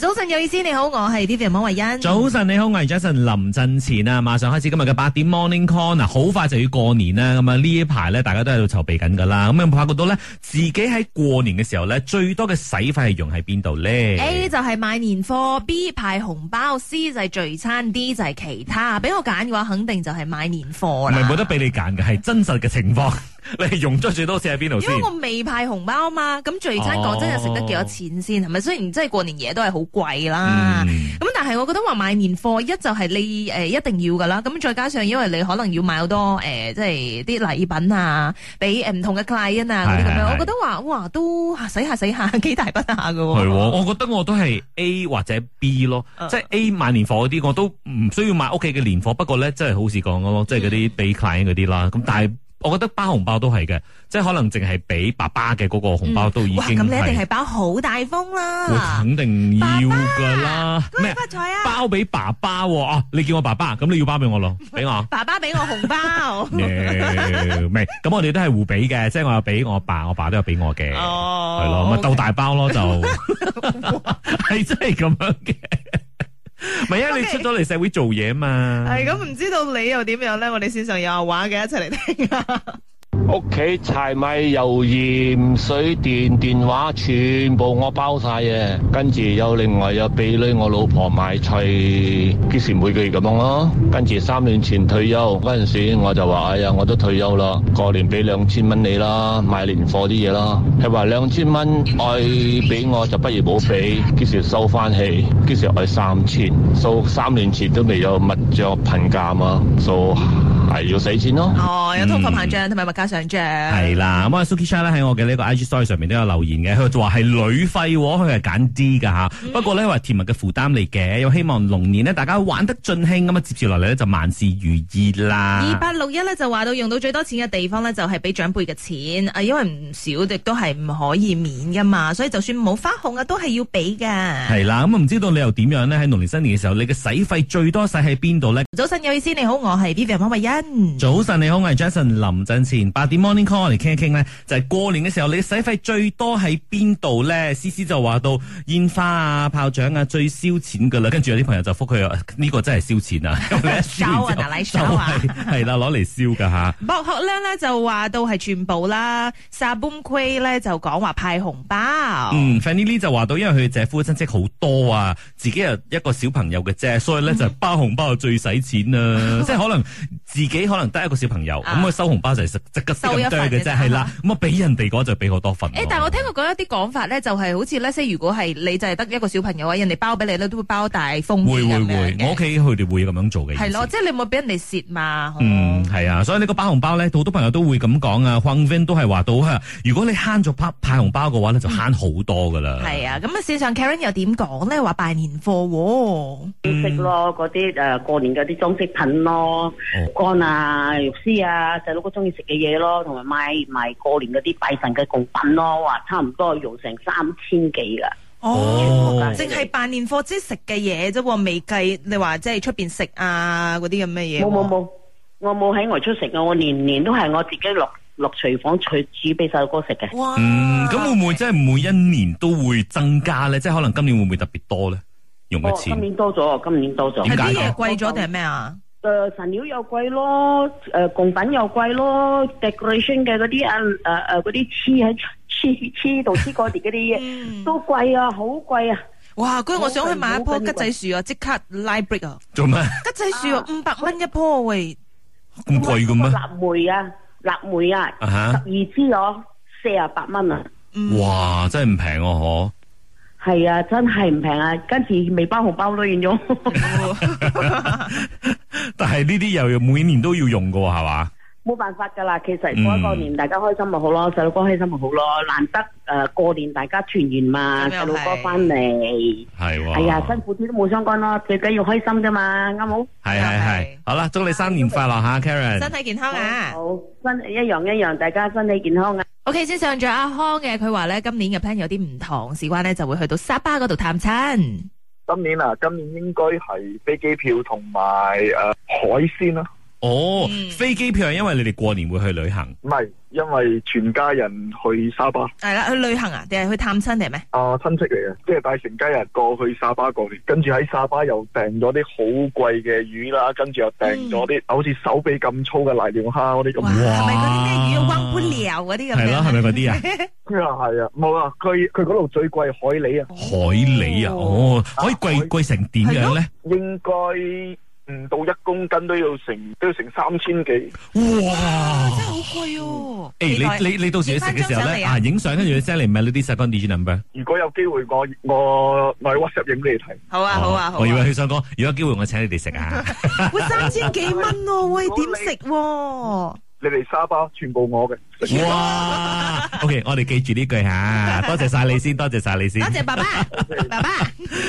早晨有意思，你好，我係 Vivian 蒙慧欣。早晨，你好，我係 Jason 林振前啊！馬上開始今日嘅八點 Morning Call 嗱，好快就要過年啦。咁啊呢一排咧，大家都喺度籌備緊噶啦。咁有冇啊發覺到咧，自己喺過年嘅時候咧，最多嘅使費係用喺邊度咧 A 就係買年貨，B 派紅包，C 就係聚餐，D 就係其他。俾我揀嘅話，肯定就係買年貨唔係啦冇。得俾你揀嘅，係真實嘅情況， 你係用咗最多錢喺邊度因先為？我未派紅包嘛，咁聚餐哦講真又食得幾多錢先係咪？雖然真係過年嘢都係好貴啦，嗯咁、但係我覺得話買年貨一就係你誒、呃一定要噶啦，咁再加上因為你可能要買好多誒、呃即係啲禮品啊，俾呃唔同嘅 client 啊嗰啲咁係係樣，係我覺得話哇都啊使下使下 幾大筆下噶係喎。喎，我覺得我都係 A 或者 B 咯，嗯即係 A 買年貨嗰啲，我都唔需要買屋企嘅年貨。不過咧，真係好事講嘅咯，即係嗰嗯啲俾 client 嗰啲啦。咁但係我覺得包紅包都係嘅，即係可能淨係俾爸爸嘅嗰個紅包都已哇！經咁你一定係係，包好大封啦，我肯定要㗎啦。恭喜 咩發財啊！包俾爸爸喎？啊，你叫我爸爸，咁你要包俾 我咯，俾我。。爸爸俾我紅包 唔係，咁我哋都係互俾嘅，即係我有俾我爸，我爸都有俾我嘅。哦係咯，咪 OK 鬥大 包咯就，係真係咁樣嘅。咪因為 OK 你出咗嚟社會做嘢嘛，係啊咁，唔知道你又點樣咧？我哋線上有話嘅，一齊嚟聽啊下。屋企柴米油鹽水電電話全部我包晒嘅，跟住有另外有俾女我老婆買菜，幾時每個月咁樣咯。跟住三年前退休嗰陣時，我就話：哎呀，我都退休啦，過年俾兩千蚊你啦，買年貨啲嘢啦。佢話兩千蚊愛俾我就不如冇俾，幾時收翻起？幾時愛三千？數三年前都未有物著貧價嘛，數係要使錢咯。哦，有通貨膨脹同埋物價上漲。係啦。咁啊，Suki Chan 咧喺我嘅呢個 IG Story 上面都有留言嘅，佢就話係旅費喎，佢係揀 D 噶吓。嗯不過咧話甜蜜嘅負擔嚟嘅，又希望龍年呢大家玩得盡興咁啊，接住落嚟咧就萬事如意啦。二八六一咧就話到用到最多錢嘅地方咧就係俾長輩嘅錢，啊因為唔少亦都係唔可以免噶嘛，所以就算冇花紅啊都係要俾噶。係啦，咁啊唔知道你又點樣咧？喺農曆新年嘅時候，你嘅使費最多使喺邊度咧？早晨有意思，你好，我係 Vivian 方慧欣。早晨，你好，我係 Jason 林振前，八點 Morning Call 我哋傾一傾咧，就係、過年嘅時候，你嘅使費最多喺邊度咧？C C 就話到煙花啊、炮仗啊最燒錢噶啦，跟住有啲朋友就覆佢啊呢、個真係燒 錢啊，咁你一燒完之燒後啊嗱嚟燒啊就係係啦，攞嚟燒噶吓。博學亮咧就話到係全部啦，沙 boom quay 咧就講話派紅包。嗯，Fanny Lee 就話到，因為佢姐夫親戚好多啊，自己又一個小朋友嘅啫，所以嗯咧就包紅包就最使 錢啦。即係可能自己可能得一個小朋友，啊咁佢收紅包就係食即刻收一咁多份嘅嘅啫，啫係啦。咁啊俾人哋嗰就俾好多份咯。誒，但係我聽過嗰一啲講法咧，就係好似咧，即係如果係你就係得一個小朋友啊，人哋包俾你咧，都會包大封會會會，我屋嘅。企佢哋會咁樣做嘅。係哦以咯，前。即係你冇俾人哋蝕嘛。嗯，係啊，所以呢個包紅包咧，好多朋友都會咁講啊。Huang Vin 都係話到啊，如果你慳咗派派紅包嘅話咧，就慳好多噶啦。嗯係啊，咁啊，線上 Karen 又點講咧？話拜年貨喎，嗯裝飾咯，嗰啲誒過年嗰啲裝飾品哦咯，乾啊、肉絲啊，細佬哥中意食嘅嘢咯，同埋買埋過年嗰啲拜神嘅供品咯，話差唔多用成三千幾啦。哦淨係拜年貨即係食嘅嘢啫喎，未計你話即係出邊食啊嗰啲咁嘅嘢喎。冇冇冇，我冇喺外出食啊！我年年都係我自己落落廚房去煮俾細佬哥食嘅。哇！嗯，咁會唔會真係每一年都會增加咧？即係可能今年會唔會特別多咧？用嘅哦，啊錢今年多咗，今年多咗。點係解啲㗎嘢貴咗定係咩啊？誒、神料又貴咯，誒、贡品又貴咯，decoration 嘅嗰啲啊誒誒嗰啲黐喺黐黐度黐過嚟嗰啲嗯嘢都貴啊，好貴啊！哇！嗰日我想去買一棵好貴桔仔樹啊，即刻拉 break 啊！做咩桔仔樹啊，五百蚊一棵啊喂，咁貴嘅咩？臘梅啊，臘梅啊，啊十哈！二支哦，四啊八蚊啊，嗯哇，真係唔平哦，係啊，真係唔平啊！跟住未包紅包都 用咗， 嗬！ 但係呢啲又要每年都要用嘅喎，係嘛？冇辦法㗎啦。其實嗯過一個年大家開心咪好咯，細佬哥開心咪好咯，難得誒、過年大家團圓嘛，咁又細係佬哥翻嚟。係喎。係啊，辛苦啲都冇相干咯，最緊要開心啫嘛，啱好。係係係係。好啦，祝你新年快樂嚇，Karen。身體健康啊！好，身一樣一樣，大家身體健康啊！ OK，先上咗阿康嘅，佢話咧今年嘅 plan 有啲唔同，事關咧就會去到沙巴嗰度探親。今年啊，今年應該係飛機票同埋呃誒海鮮啦、哦嗯，飛機票係因為你哋過年會去旅行，唔係因為全家人去沙巴，係啦，去旅行啊，定係去探親定係咩？啊親戚嚟嘅，即係帶成家人過去沙巴過年，跟住喺沙巴又訂咗啲好貴嘅魚啦，跟住又訂咗啲好似手臂咁粗嘅瀨尿蝦嗰啲哇，咁。係咪嗰啲咩魚啊彎杯料嗰啲咁樣？係咯，係咪嗰啲啊？ 跟住係啊，冇啊，佢佢嗰度最貴海里啊，海里啊，哦，可以啊貴海貴成點樣咧？應該唔到一公斤都要成都要成三千幾。哇，哇真！係好貴哦！誒，你你你到時去食嘅時候咧，啊，影相跟住你 send 嚟 Melody second digit number。如果有機會，我我我喺 WhatsApp 影俾你睇。好啊好啊哦好啊！我以為佢想講，如果有機會我請你哋食 啊。喂三千幾蚊喎，喂點食喎？你嚟沙巴全部我嘅，哇！OK，我哋記住呢 句吓，多謝晒你先，多謝晒你先多。謝 爸爸，爸爸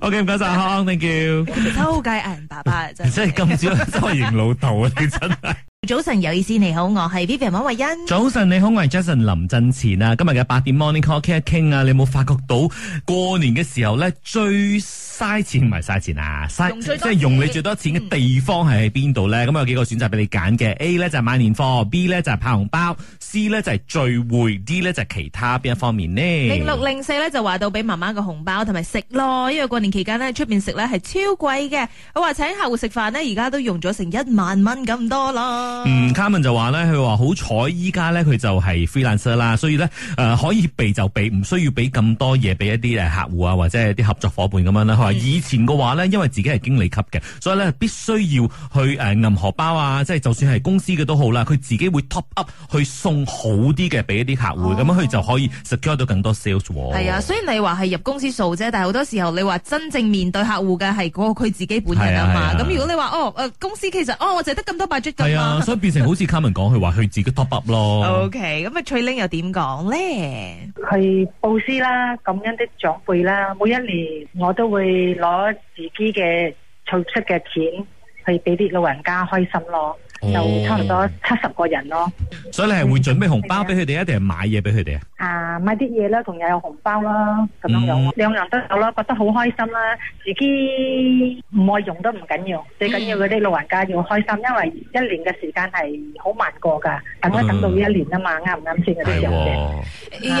OK，唔該晒康康，thank you。偷雞嗌人爸爸真真係係。今朝 真係型老豆啊！你真係。早晨有意思，你好，我係 Vivian 温慧欣。早晨，你好，我係 Jason 林振前啊。今日嘅八點 Morning Call 傾一傾啊，你有冇發覺到過年嘅時候咧最嘥錢唔係嘥錢啊，嘥用即最多係錢用你最多錢嘅地方係喺邊度咧？咁有幾個選擇俾你揀嘅，A 咧就係買年貨，B 咧就係派紅包，C 咧就係聚會，D 咧就係其他邊一方面呢？零六零四咧就話到俾媽媽個紅包同埋食咯，因為過年期間咧出面食咧係超貴嘅。佢話請客戶食飯咧，而家都用咗成一萬蚊咁多啦。嗯，卡文就話咧，佢話好彩依家咧佢就係 freelancer 啦，所以咧誒、呃可以避就避，唔需要俾咁多嘢俾一啲誒客戶啊或者係啲合作伙伴咁樣啦。佢話以前嘅話咧，因為自己係經理級嘅，所以咧必須要去誒揞荷包啊，即係就算係公司嘅都好啦，佢自己會 top up 去送好啲嘅俾一啲客戶，咁樣佢就可以 secure 到更多 sales 喎。係啊，雖然你話係入公司數啫，但係好多時候你話真正面對客戶嘅係嗰個佢自己本人啊係啊嘛。係啊咁如果你話哦，誒公司其實哦，我就得咁多 budget 係㗎 啊，嘛。所以變成好似卡文講，佢話佢自己 top up 咯。 O K，咁啊翠玲又點講咧？去布施啦，感恩的長輩啦。每一年我都會攞自己嘅儲出嘅錢去俾啲老人家開心咯，哦就差唔多七十個人咯。所以你係會準備紅包俾佢哋，一定係買嘢俾佢哋啊？啊，買啲嘢啦，同又有紅包啦，咁樣嗯樣，兩樣都有啦，覺得好開心啦。自己唔愛用都唔緊要，最緊要嗰啲老人家要開心，因為一年嘅時間係好慢過㗎，等一等到呢一年啊嘛，啱唔啱先嗰嗯啲係長者？喎。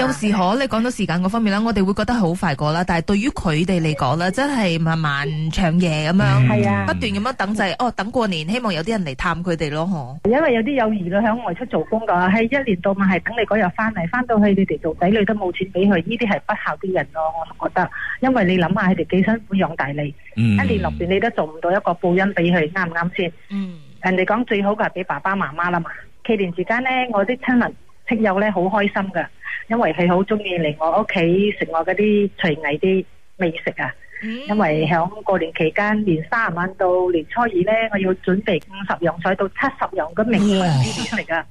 有時可你講到時間嗰方面啦，我哋會覺得係好快過啦，但係對於佢哋嚟講咧，真係漫漫長夜咁樣，嗯係啊不斷咁樣等就係哦，等過年，希望有啲人嚟探佢哋咯，嗬。因為有啲有兒女喺外出做工噶，係一年到晚係等你嗰日翻嚟，翻到去你哋做仔女都冇錢俾佢，呢啲係不孝啲人咯，我覺得。因為你諗下佢哋幾辛苦養大你，嗯一年落邊你都做唔到一個報恩俾佢，啱唔啱先？嗯，人哋講最好嘅係俾爸爸媽媽啦嘛。期年之間呢，我啲親人戚友呢好開心噶，因為佢好中意嚟我屋企食我嗰啲廚藝啲美食啊。因嗯為喺過年期間，年三十晚到年初二咧，我要準備五十樣菜到七十樣嘅名菜俾你食啊！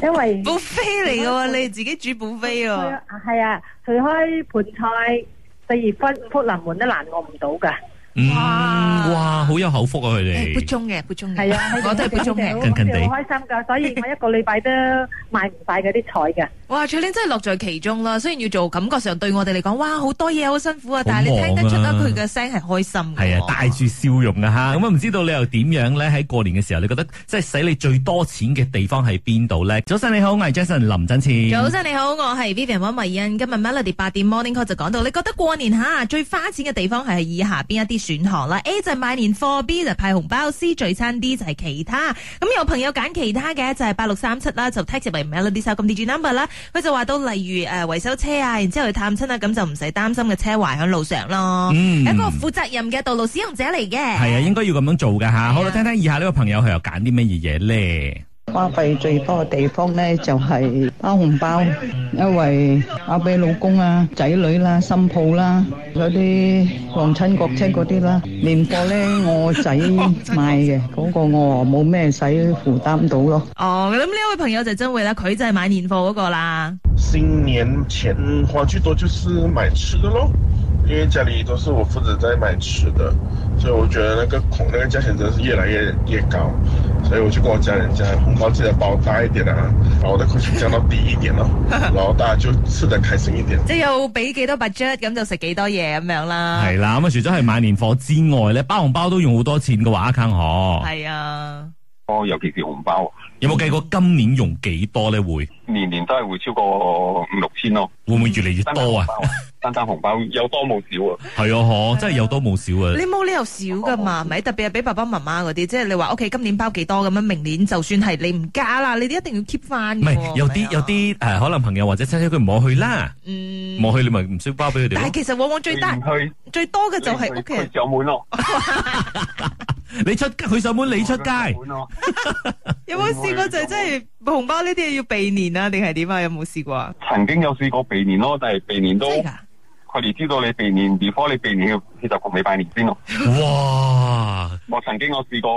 因為 b u 嗯嚟嘅喎，你自己煮 b u 喎。係啊，除開盤菜，第二分五福臨門都難我唔到噶。嗯哇哇，好有口福啊！佢誒，撥哋中嘅，撥中係嘅，啊，我都係撥中佢哋嘅。近近地好開心噶，所以我一個禮拜都賣唔晒嗰啲菜嘅。哇，翠玲真係樂在其中啦，雖然要做，感覺上對我哋嚟講，哇，好多嘢好辛苦啊，但係你聽得出好啊，忙啊佢嘅聲係開心嘅。係啊，帶住笑容啊吓，咁啊唔知道你又點樣咧？喺過年嘅時候，你覺得即係使你最多錢嘅地方喺邊度咧？早晨你好，我係 Jason 林振前。早晨你好，我係 Vivian 温慧欣。今日 Melody 八點 Morning Call 就講到，你覺得過年吓最花錢嘅地方係以下邊一啲選項啦？A 就係買年貨，B 就係派紅包，C 聚餐，D 就係其他。咁有朋友揀其他嘅就係八六三七啦，就 text 入嚟 Melody 收咁 D G number 啦。佢就話到例如誒維修車啊，然之後去探親啊，咁就唔使擔心嘅車壞喺路上咯。嗯一個負責任嘅道路使用者嚟嘅。係啊，應該要咁樣做噶吓。好啦，聽聽以下呢個朋友佢又揀啲乜嘢嘢咧？花費最多嘅地方呢，就係包紅包，因為包俾老公啊、仔女啦、新抱啦、嗰啲皇親國戚嗰啲啦。年貨呢，我仔買嘅，嗰、個我啊冇咩使負擔到咯。哦，咁呢一位朋友就真會啦，佢就係買年貨嗰個啦。新年前花最多就是买吃的喽，因为家里都是我负责在买吃的，所以我觉得那个恐那个价钱真的是越来越越高，所以我就跟我家人讲，红包记得包大一点啊， 把我的口气降到低一 点哦，然后大家就吃得开心一点。即係有俾幾多 budget 咁就食幾多嘢咁樣啦。係啦，咁啊除咗係買年貨哦之外咧，包紅包都用好多錢嘅話，坑可。係啊，哦，尤其是紅包，有冇計過今年用幾多咧？會年年都係會超過五六千咯。會唔會越嚟越多啊？單單紅包有多冇少啊？係啊，嗬，真係有多冇少啊你！冇理由少噶哦嘛，咪特別係俾爸爸媽媽嗰啲，即係你話屋企今年包幾多咁樣，明年就算係你唔加啦，你哋一定要 keep 翻。唔係有啊啲有啲誒，可能朋友或者親戚佢唔好去啦，嗯，唔好去你咪唔需要包俾佢哋但咯係。其實往往最嗯你唔大去，最多嘅就係你唔屋去企人佢。上門咯，你出佢上門，你出街。上門咯。有冇試過就係真係紅包呢啲嘢要避年啊，定係點啊？有冇試過啊？曾經有試過避年咯，但係避年都真係㗎？佢哋知道你避年，before 你避年，佢就同你拜年先咯。哇！我曾經我試過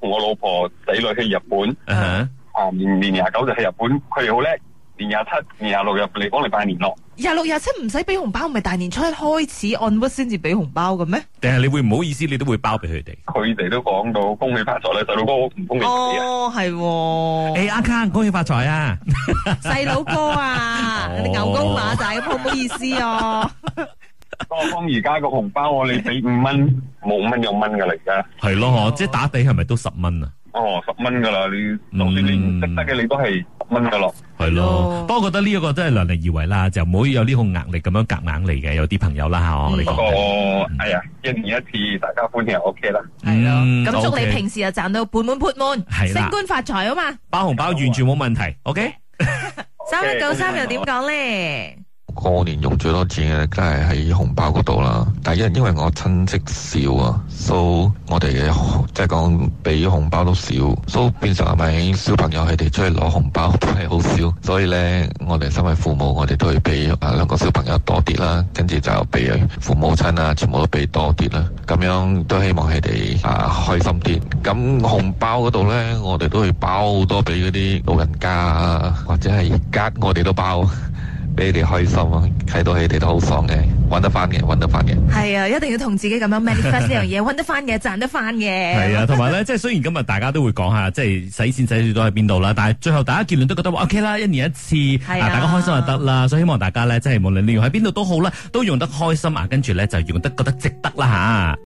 同我老婆仔女去日本，啊哈啊年年廿九就去日本，佢哋好叻，年廿七、年廿六日嚟幫你拜年咯。廿六廿七唔使俾紅包，唔係大年初一開始按 n 先至俾紅包嘅咩？定係你會唔好意思，你都會包俾佢哋。佢哋都講到恭喜發財啦，細佬哥唔恭喜你啊！哦，係喎， 誒，阿卡，恭喜發財啊！細佬 哥啊，哦你牛高馬大咁好唔好意思啊？多方而家個紅包我你俾五蚊，冇五蚊有蚊噶啦而家。係咯，即係打底係咪都十蚊啊？哦，十蚊噶啦，你就算你唔識得嘅，你都係十蚊噶咯。係咯咯，不過我覺得呢一個真係量力而為啦，就唔好有呢個壓力咁樣夾硬嚟嘅。有啲朋友啦嚇，我哋不講過緊。哎呀，一年一次，大家歡喜就 O K 啦。係咯，嗯咁祝 OK 你平時啊賺到盆滿缽滿，係啦升官發財啊嘛！包紅包完全冇問題，OK？三一九三又點講咧？過年用最多錢嘅，梗係喺紅包嗰度啦。但因因為我親戚少啊，so 我哋嘅即係講俾紅包都少，so 變成係咪小朋友佢哋出去攞紅包都係好少，所以咧我哋身為父母，我哋都會俾啊兩個小朋友多啲啦，跟住就俾父母親啊，全部都俾多啲啦。咁樣都希望佢哋啊開心啲。咁紅包嗰度咧，我哋都會包好多俾嗰啲老人家啊，或者係而家我哋都包。啊俾你哋開心啊！睇到你哋都好爽嘅，揾得翻嘅，揾得翻嘅。係啊，一定要同自己咁樣 manifest 呢樣嘢，搵得翻嘅，賺得翻嘅。係啊，同埋咧，即係雖然今日大家都會講下，即係使錢使到喺邊度啦，但係最後大家結論都覺得話 OK 啦，一年一次，係啊啊大家開心就得啦。所以希望大家咧，即係無論你用喺邊度都好啦，都用得開心啊，跟住咧就用得覺得值得啦嚇。